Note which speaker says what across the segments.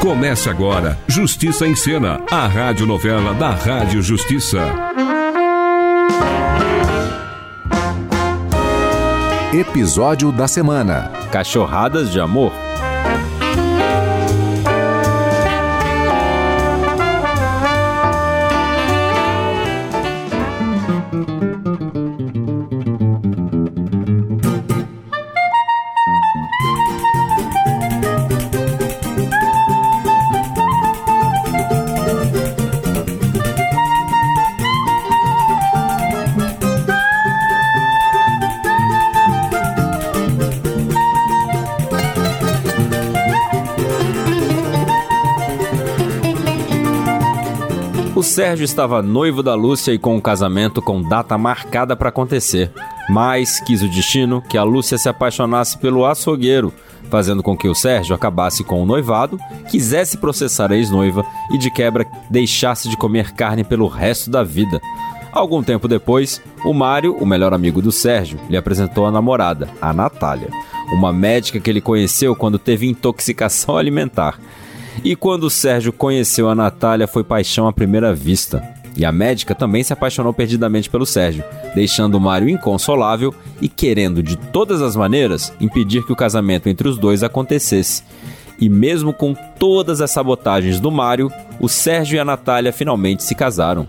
Speaker 1: Começa agora Justiça em Cena, a radionovela da Rádio Justiça.
Speaker 2: Episódio da semana.
Speaker 3: Cachorradas de amor. O Sérgio estava noivo da Lúcia e com um casamento com data marcada para acontecer. Mas quis o destino que a Lúcia se apaixonasse pelo açougueiro, fazendo com que o Sérgio acabasse com o noivado, quisesse processar a ex-noiva e de quebra deixasse de comer carne pelo resto da vida. Algum tempo depois, o Mário, o melhor amigo do Sérgio, lhe apresentou a namorada, a Natália, uma médica que ele conheceu quando teve intoxicação alimentar. E quando o Sérgio conheceu a Natália, foi paixão à primeira vista. E a médica também se apaixonou perdidamente pelo Sérgio, deixando o Mário inconsolável e querendo de todas as maneiras impedir que o casamento entre os dois acontecesse. E mesmo com todas as sabotagens do Mário, o Sérgio e a Natália finalmente se casaram.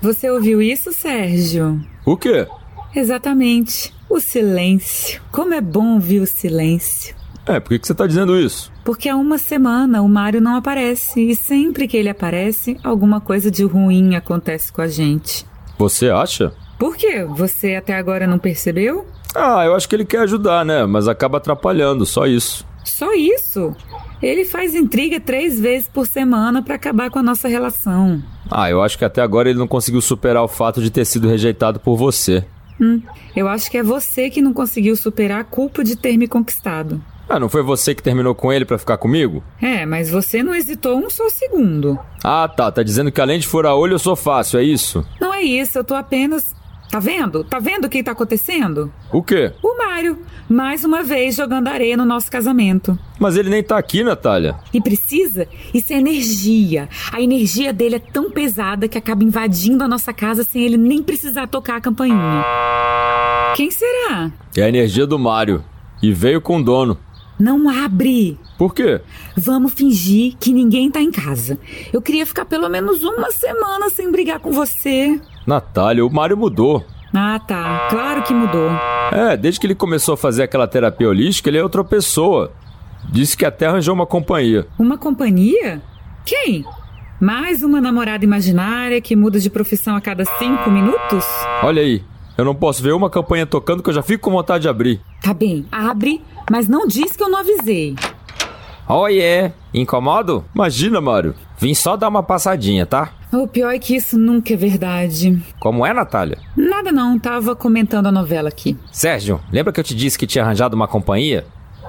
Speaker 4: Você ouviu isso, Sérgio?
Speaker 3: O quê?
Speaker 4: Exatamente. O silêncio. Como é bom ouvir o silêncio.
Speaker 3: É, por que que você tá dizendo isso?
Speaker 4: Porque há uma semana o Mário não aparece e sempre que ele aparece, alguma coisa de ruim acontece com a gente.
Speaker 3: Você acha?
Speaker 4: Por quê? Você até agora não percebeu?
Speaker 3: Ah, eu acho que ele quer ajudar, né? Mas acaba atrapalhando, só isso.
Speaker 4: Só isso? Ele faz intriga três vezes por semana pra acabar com a nossa relação.
Speaker 3: Ah, eu acho que até agora ele não conseguiu superar o fato de ter sido rejeitado por você.
Speaker 4: Hum, eu acho que é você que não conseguiu superar a culpa de ter me conquistado.
Speaker 3: Ah, não foi você que terminou com ele pra ficar comigo?
Speaker 4: É, mas você não hesitou um só segundo.
Speaker 3: Ah, tá. Tá dizendo que além de furar olho eu sou fácil, é isso?
Speaker 4: Não é isso, eu tô apenas. Tá vendo? Tá vendo o que tá acontecendo?
Speaker 3: O quê?
Speaker 4: O Mário, mais uma vez jogando areia no nosso casamento.
Speaker 3: Mas ele nem tá aqui, Natália.
Speaker 4: E precisa? Isso é energia. A energia dele é tão pesada que acaba invadindo a nossa casa sem ele nem precisar tocar a campainha. Quem será?
Speaker 3: É a energia do Mário. E veio com o dono.
Speaker 4: Não abre!
Speaker 3: Por quê?
Speaker 4: Vamos fingir que ninguém tá em casa. Eu queria ficar pelo menos uma semana sem brigar com você.
Speaker 3: Natália, o Mário mudou.
Speaker 4: Ah, tá. Claro que mudou.
Speaker 3: É, desde que ele começou a fazer aquela terapia holística, ele é outra pessoa. Disse que até arranjou uma companhia.
Speaker 4: Uma companhia? Quem? Mais uma namorada imaginária que muda de profissão a cada cinco minutos?
Speaker 3: Olha aí, eu não posso ver uma campanha tocando que eu já fico com vontade de abrir.
Speaker 4: Tá bem, abre, mas não diz que eu não avisei.
Speaker 3: Oh yeah, incomodo? Imagina, Mário. Vim só dar uma passadinha, tá?
Speaker 4: O pior é que isso nunca é verdade.
Speaker 3: Como é, Natália?
Speaker 4: Nada não, tava comentando a novela aqui.
Speaker 3: Sérgio, lembra que eu te disse que tinha arranjado uma companhia?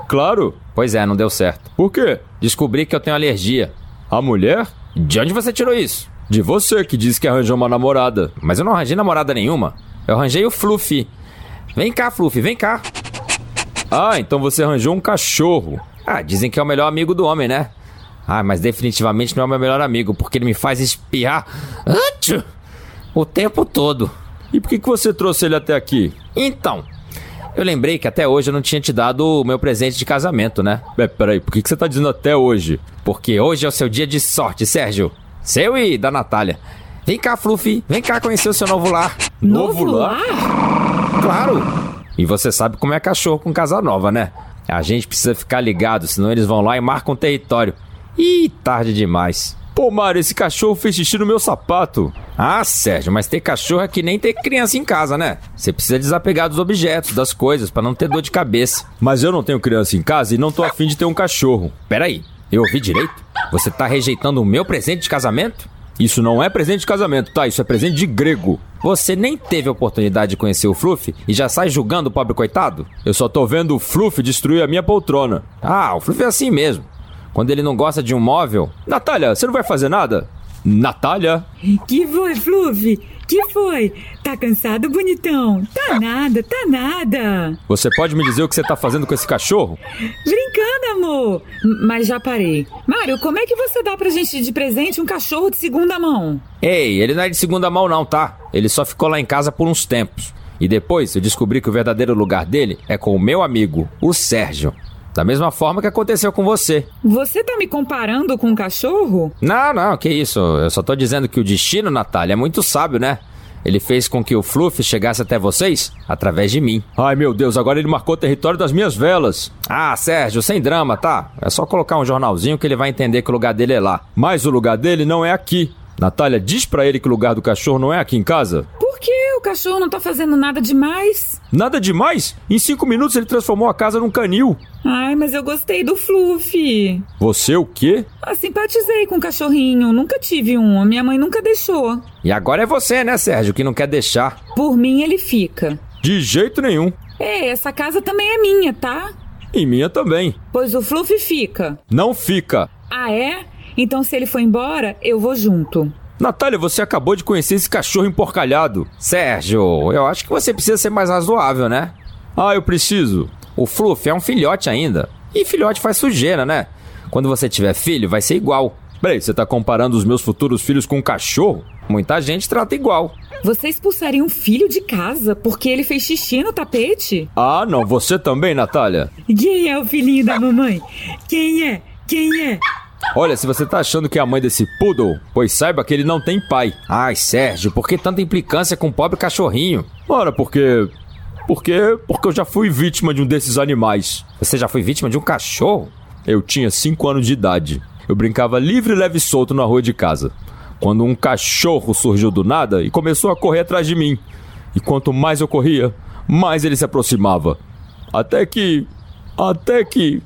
Speaker 1: Claro!
Speaker 3: Pois é, não deu certo.
Speaker 1: Por quê?
Speaker 3: Descobri que eu tenho alergia.
Speaker 1: A mulher?
Speaker 3: De onde você tirou isso?
Speaker 1: De você que disse que arranjou uma namorada.
Speaker 3: Mas eu não arranjei namorada nenhuma. Eu arranjei o Fluffy. Vem cá, Fluffy, vem cá.
Speaker 1: Ah, então você arranjou um cachorro.
Speaker 3: Ah, dizem que é o melhor amigo do homem, né? Ah, mas definitivamente não é o meu melhor amigo, porque ele me faz espiar Atchoo! o tempo todo.
Speaker 1: E por que, que você trouxe ele até aqui?
Speaker 3: Então, eu lembrei que até hoje eu não tinha te dado o meu presente de casamento, né?
Speaker 1: É, peraí, por que, que você tá dizendo até hoje?
Speaker 3: Porque hoje é o seu dia de sorte, Sérgio. Seu e da Natália. Vem cá, Fluffy, vem cá conhecer o seu novo lar.
Speaker 4: Novo, lar?
Speaker 3: Claro! E você sabe como é cachorro com casa nova, né? A gente precisa ficar ligado, senão eles vão lá e marcam território. Ih, tarde demais.
Speaker 1: Pô, Mário, esse cachorro fez xixi no meu sapato.
Speaker 3: Ah, Sérgio, mas ter cachorro é que nem ter criança em casa, né? Você precisa desapegar dos objetos, das coisas, para não ter dor de cabeça.
Speaker 1: Mas eu não tenho criança em casa e não tô afim de ter um cachorro.
Speaker 3: Peraí, eu ouvi direito? Você tá rejeitando o meu presente de casamento? Isso não é presente de casamento, tá? Isso é presente de grego. Você nem teve a oportunidade de conhecer o Fluff e já sai julgando o pobre coitado? Eu só tô vendo o Fluff destruir a minha poltrona. Ah, o Fluff é assim mesmo. Quando ele não gosta de um móvel. Natália, você não vai fazer nada? Natália?
Speaker 4: Que foi, Fluff? Que foi? Tá cansado, bonitão? Tá nada, tá nada.
Speaker 3: Você pode me dizer o que você tá fazendo com esse cachorro?
Speaker 4: Brincando, amor. M- Mas já parei. Mário, como é que você dá pra gente de presente um cachorro de segunda mão?
Speaker 3: Ei, ele não é de segunda mão não, tá? Ele só ficou lá em casa por uns tempos. E depois eu descobri que o verdadeiro lugar dele é com o meu amigo, o Sérgio. Da mesma forma que aconteceu com você.
Speaker 4: Você tá me comparando com um cachorro?
Speaker 3: Não, não, que isso. Eu só tô dizendo que o destino, Natália, é muito sábio, né? Ele fez com que o Fluff chegasse até vocês através de mim. Ai, meu Deus, agora ele marcou o território das minhas velas. Ah, Sérgio, sem drama, tá? É só colocar um jornalzinho que ele vai entender que o lugar dele é lá. Mas o lugar dele não é aqui. Natália, diz pra ele que o lugar do cachorro não é aqui em casa.
Speaker 4: Por que o cachorro não tá fazendo nada demais?
Speaker 3: Nada demais? Em cinco minutos ele transformou a casa num canil.
Speaker 4: Ai, mas eu gostei do Fluffy.
Speaker 3: Você o quê?
Speaker 4: Ah, simpatizei com o cachorrinho. Nunca tive um. Minha mãe nunca deixou.
Speaker 3: E agora é você, né, Sérgio, que não quer deixar.
Speaker 4: Por mim, ele fica.
Speaker 3: De jeito nenhum.
Speaker 4: É, essa casa também é minha, tá?
Speaker 3: E minha também.
Speaker 4: Pois o Fluffy fica.
Speaker 3: Não fica.
Speaker 4: Ah, é? Então, se ele for embora, eu vou junto.
Speaker 3: Natália, você acabou de conhecer esse cachorro emporcalhado. Sérgio, eu acho que você precisa ser mais razoável, né? Ah, eu preciso. O Fluff é um filhote ainda. E filhote faz sujeira, né? Quando você tiver filho, vai ser igual. Peraí, você tá comparando os meus futuros filhos com um cachorro? Muita gente trata igual.
Speaker 4: Você expulsaria um filho de casa porque ele fez xixi no tapete?
Speaker 3: Ah, não, você também, Natália?
Speaker 4: Quem é o filhinho da mamãe? Quem é? Quem é?
Speaker 3: Olha, se você tá achando que é a mãe desse poodle, pois saiba que ele não tem pai. Ai, Sérgio, por que tanta implicância com o pobre cachorrinho? Ora, porque. Porque. Porque eu já fui vítima de um desses animais. Você já foi vítima de um cachorro? Eu tinha 5 anos de idade. Eu brincava livre, leve e solto na rua de casa. Quando um cachorro surgiu do nada e começou a correr atrás de mim. E quanto mais eu corria, mais ele se aproximava. Até que. Até que.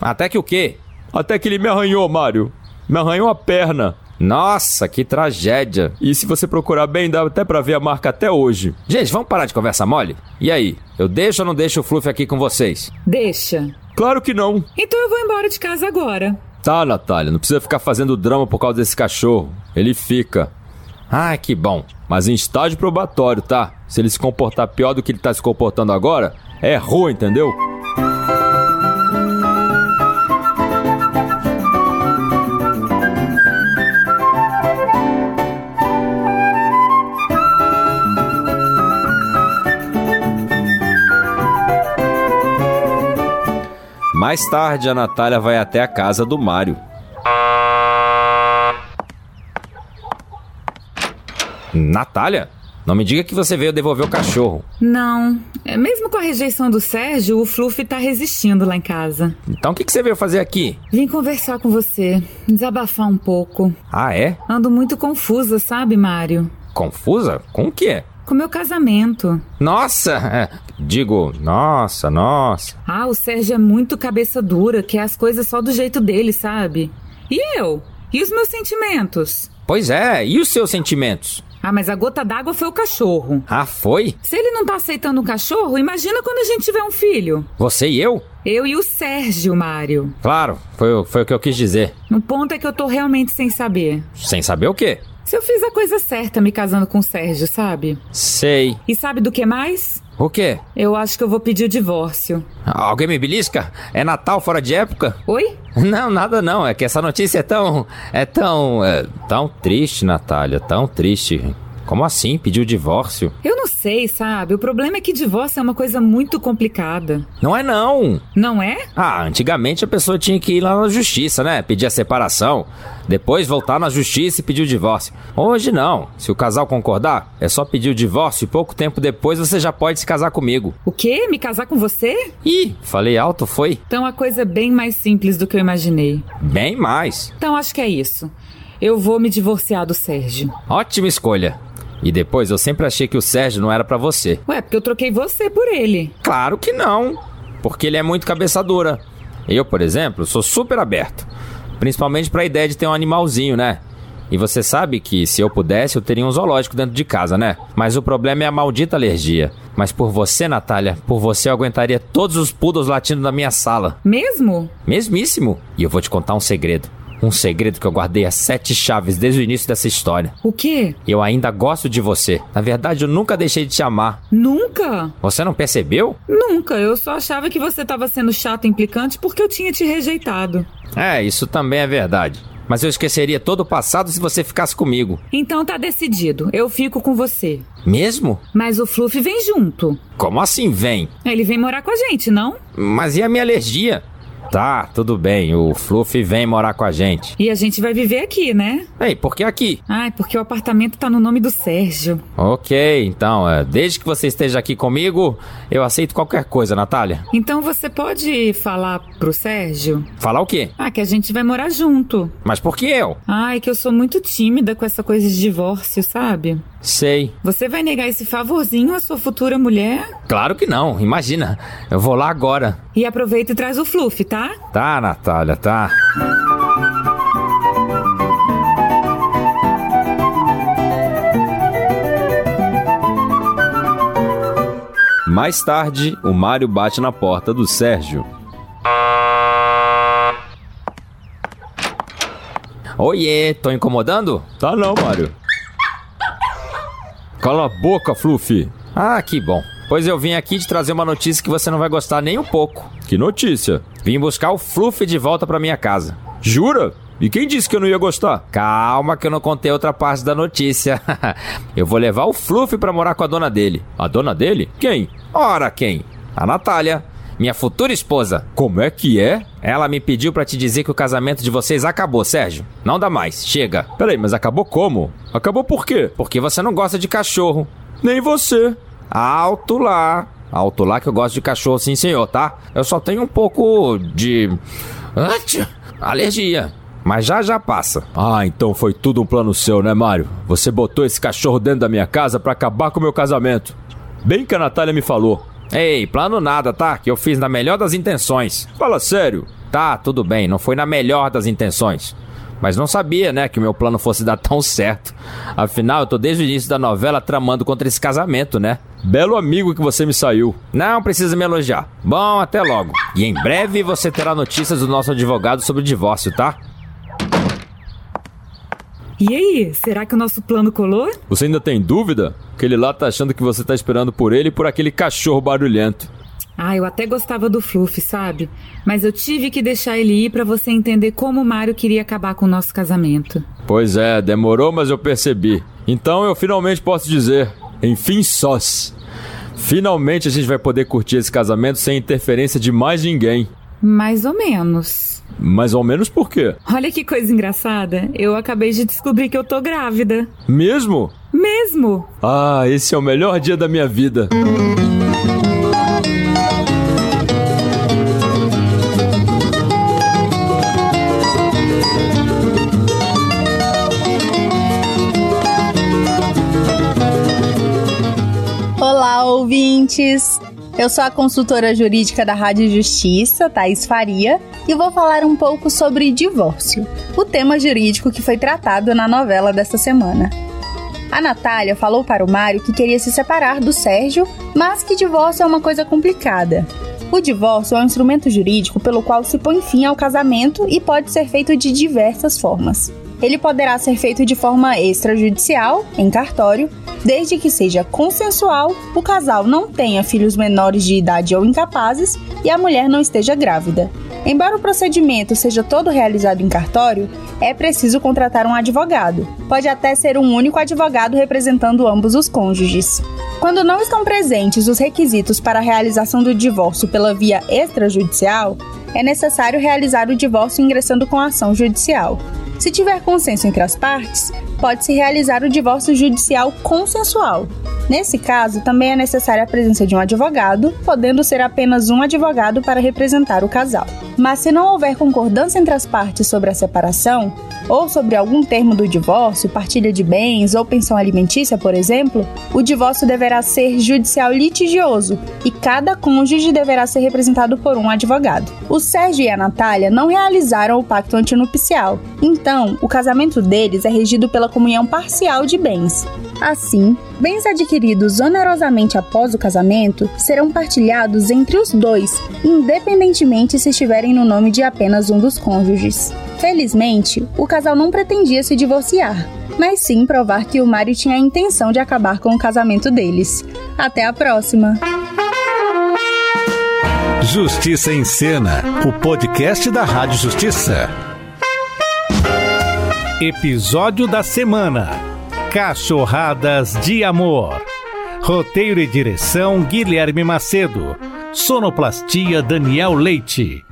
Speaker 3: Até que o quê? Até que ele me arranhou, Mário. Me arranhou a perna. Nossa, que tragédia. E se você procurar bem, dá até pra ver a marca até hoje. Gente, vamos parar de conversa mole? E aí, eu deixo ou não deixo o Fluff aqui com vocês?
Speaker 4: Deixa.
Speaker 3: Claro que não.
Speaker 4: Então eu vou embora de casa agora.
Speaker 3: Tá, Natália, não precisa ficar fazendo drama por causa desse cachorro. Ele fica. Ah, que bom. Mas em estágio probatório, tá? Se ele se comportar pior do que ele tá se comportando agora, é ruim, entendeu? Mais tarde, a Natália vai até a casa do Mário. Natália? Não me diga que você veio devolver o cachorro.
Speaker 4: Não. É, Mesmo com a rejeição do Sérgio, o Fluffy tá resistindo lá em casa.
Speaker 3: Então o que, que você veio fazer aqui?
Speaker 4: Vim conversar com você, desabafar um pouco.
Speaker 3: Ah, é?
Speaker 4: Ando muito confusa, sabe, Mário?
Speaker 3: Confusa? Com o quê?
Speaker 4: Com meu casamento.
Speaker 3: Nossa! é, Digo, nossa, nossa.
Speaker 4: Ah, o Sérgio é muito cabeça dura, quer as coisas só do jeito dele, sabe? E eu? E os meus sentimentos?
Speaker 3: Pois é, e os seus sentimentos?
Speaker 4: Ah, mas a gota d'água foi o cachorro.
Speaker 3: Ah, foi?
Speaker 4: Se ele não tá aceitando um cachorro, imagina quando a gente tiver um filho.
Speaker 3: Você e eu?
Speaker 4: Eu e o Sérgio, Mário.
Speaker 3: Claro, foi, o- foi o que eu quis dizer.
Speaker 4: O ponto é que eu tô realmente sem saber.
Speaker 3: Sem saber o quê?
Speaker 4: Se eu fiz a coisa certa me casando com o Sérgio, sabe?
Speaker 3: Sei.
Speaker 4: E sabe do que mais?
Speaker 3: O quê?
Speaker 4: Eu acho que eu vou pedir o divórcio.
Speaker 3: Alguém me belisca? É Natal fora de época?
Speaker 4: Oi?
Speaker 3: Não, nada não. É que essa notícia é tão. É tão. é tão triste, Natália. Tão triste. Como assim? Pediu divórcio?
Speaker 4: Eu não sei, sabe? O problema é que divórcio é uma coisa muito complicada.
Speaker 3: Não é não!
Speaker 4: Não é?
Speaker 3: Ah, antigamente a pessoa tinha que ir lá na justiça, né? Pedir a separação. Depois voltar na justiça e pedir o divórcio. Hoje não. Se o casal concordar, é só pedir o divórcio e pouco tempo depois você já pode se casar comigo.
Speaker 4: O quê? Me casar com você?
Speaker 3: Ih, falei alto, foi?
Speaker 4: Então a coisa é bem mais simples do que eu imaginei.
Speaker 3: Bem mais.
Speaker 4: Então acho que é isso. Eu vou me divorciar do Sérgio.
Speaker 3: Ótima escolha. E depois eu sempre achei que o Sérgio não era pra você.
Speaker 4: Ué, porque eu troquei você por ele.
Speaker 3: Claro que não, porque ele é muito cabeça dura. Eu, por exemplo, sou super aberto, principalmente pra ideia de ter um animalzinho, né? E você sabe que se eu pudesse, eu teria um zoológico dentro de casa, né? Mas o problema é a maldita alergia. Mas por você, Natália, por você eu aguentaria todos os poodles latindo na minha sala.
Speaker 4: Mesmo?
Speaker 3: Mesmíssimo. E eu vou te contar um segredo. Um segredo que eu guardei as sete chaves desde o início dessa história.
Speaker 4: O quê?
Speaker 3: Eu ainda gosto de você. Na verdade, eu nunca deixei de te amar.
Speaker 4: Nunca?
Speaker 3: Você não percebeu?
Speaker 4: Nunca. Eu só achava que você estava sendo chato e implicante porque eu tinha te rejeitado.
Speaker 3: É, isso também é verdade. Mas eu esqueceria todo o passado se você ficasse comigo.
Speaker 4: Então tá decidido. Eu fico com você.
Speaker 3: Mesmo?
Speaker 4: Mas o Fluffy vem junto.
Speaker 3: Como assim vem?
Speaker 4: Ele vem morar com a gente, não?
Speaker 3: Mas e a minha alergia? Tá, tudo bem. O Fluffy vem morar com a gente.
Speaker 4: E a gente vai viver aqui, né?
Speaker 3: Ei, por que aqui?
Speaker 4: Ai, porque o apartamento tá no nome do Sérgio.
Speaker 3: Ok, então, é, desde que você esteja aqui comigo, eu aceito qualquer coisa, Natália.
Speaker 4: Então você pode falar pro Sérgio?
Speaker 3: Falar o quê?
Speaker 4: Ah, que a gente vai morar junto.
Speaker 3: Mas por que eu?
Speaker 4: Ai, que eu sou muito tímida com essa coisa de divórcio, sabe?
Speaker 3: Sei.
Speaker 4: Você vai negar esse favorzinho à sua futura mulher?
Speaker 3: Claro que não, imagina. Eu vou lá agora.
Speaker 4: E aproveita e traz o Fluffy, tá?
Speaker 3: Tá, Natália, tá. Mais tarde, o Mário bate na porta do Sérgio. Oiê, tô incomodando?
Speaker 5: Tá não, Mário.
Speaker 3: Cala a boca, Fluffy. Ah, que bom. Pois eu vim aqui te trazer uma notícia que você não vai gostar nem um pouco.
Speaker 5: Que notícia?
Speaker 3: Vim buscar o Fluffy de volta pra minha casa.
Speaker 5: Jura? E quem disse que eu não ia gostar?
Speaker 3: Calma que eu não contei outra parte da notícia. eu vou levar o Fluffy pra morar com a dona dele.
Speaker 5: A dona dele? Quem?
Speaker 3: Ora, quem? A Natália, minha futura esposa.
Speaker 5: Como é que é?
Speaker 3: Ela me pediu pra te dizer que o casamento de vocês acabou, Sérgio. Não dá mais, chega.
Speaker 5: Peraí, mas acabou como? Acabou por quê?
Speaker 3: Porque você não gosta de cachorro.
Speaker 5: Nem você.
Speaker 3: Alto lá. Alto lá que eu gosto de cachorro, sim, senhor, tá? Eu só tenho um pouco de. Ah, tchê, Alergia. Mas já já passa.
Speaker 5: Ah, então foi tudo um plano seu, né, Mário? Você botou esse cachorro dentro da minha casa pra acabar com o meu casamento. Bem que a Natália me falou.
Speaker 3: Ei, plano nada, tá? Que eu fiz na melhor das intenções.
Speaker 5: Fala sério.
Speaker 3: Tá, tudo bem, não foi na melhor das intenções. Mas não sabia, né, que o meu plano fosse dar tão certo. Afinal, eu tô desde o início da novela tramando contra esse casamento, né?
Speaker 5: Belo amigo que você me saiu.
Speaker 3: Não precisa me elogiar. Bom, até logo. E em breve você terá notícias do nosso advogado sobre o divórcio, tá?
Speaker 4: E aí, será que o nosso plano colou?
Speaker 5: Você ainda tem dúvida? Aquele lá tá achando que você tá esperando por ele e por aquele cachorro barulhento.
Speaker 4: Ah, eu até gostava do Fluffy, sabe? Mas eu tive que deixar ele ir pra você entender como o Mário queria acabar com o nosso casamento.
Speaker 5: Pois é, demorou, mas eu percebi. Então eu finalmente posso dizer, enfim sós. Finalmente a gente vai poder curtir esse casamento sem interferência de mais ninguém.
Speaker 4: Mais ou menos.
Speaker 5: Mais ou menos por quê?
Speaker 4: Olha que coisa engraçada. Eu acabei de descobrir que eu tô grávida.
Speaker 5: Mesmo?
Speaker 4: Mesmo!
Speaker 5: Ah, esse é o melhor dia da minha vida.
Speaker 6: Olá, ouvintes! Eu sou a consultora jurídica da Rádio Justiça, Thais Faria, e vou falar um pouco sobre divórcio, o tema jurídico que foi tratado na novela desta semana. A Natália falou para o Mário que queria se separar do Sérgio, mas que divórcio é uma coisa complicada. O divórcio é um instrumento jurídico pelo qual se põe fim ao casamento e pode ser feito de diversas formas. Ele poderá ser feito de forma extrajudicial, em cartório, desde que seja consensual, o casal não tenha filhos menores de idade ou incapazes e a mulher não esteja grávida. Embora o procedimento seja todo realizado em cartório, é preciso contratar um advogado. Pode até ser um único advogado representando ambos os cônjuges. Quando não estão presentes os requisitos para a realização do divórcio pela via extrajudicial, é necessário realizar o divórcio ingressando com ação judicial. Se tiver consenso entre as partes, pode-se realizar o divórcio judicial consensual. Nesse caso, também é necessária a presença de um advogado, podendo ser apenas um advogado para representar o casal. Mas se não houver concordância entre as partes sobre a separação, ou sobre algum termo do divórcio, partilha de bens ou pensão alimentícia, por exemplo, o divórcio deverá ser judicial litigioso e cada cônjuge deverá ser representado por um advogado. O Sérgio e a Natália não realizaram o pacto antinupcial, então o casamento deles é regido pela comunhão parcial de bens. Assim, bens adquiridos onerosamente após o casamento serão partilhados entre os dois, independentemente se estiverem no nome de apenas um dos cônjuges. Felizmente, o casal não pretendia se divorciar, mas sim provar que o Mário tinha a intenção de acabar com o casamento deles. Até a próxima!
Speaker 7: Justiça em Cena, o podcast da Rádio Justiça. Episódio da semana: Cachorradas de Amor. Roteiro e direção: Guilherme Macedo. Sonoplastia: Daniel Leite.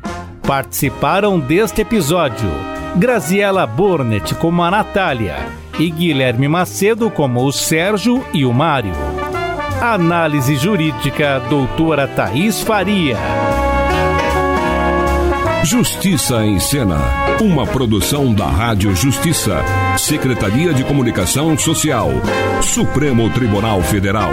Speaker 7: Participaram deste episódio Graziela Burnett como a Natália e Guilherme Macedo como o Sérgio e o Mário. Análise jurídica, doutora Thaís Faria.
Speaker 1: Justiça em Cena, uma produção da Rádio Justiça, Secretaria de Comunicação Social, Supremo Tribunal Federal.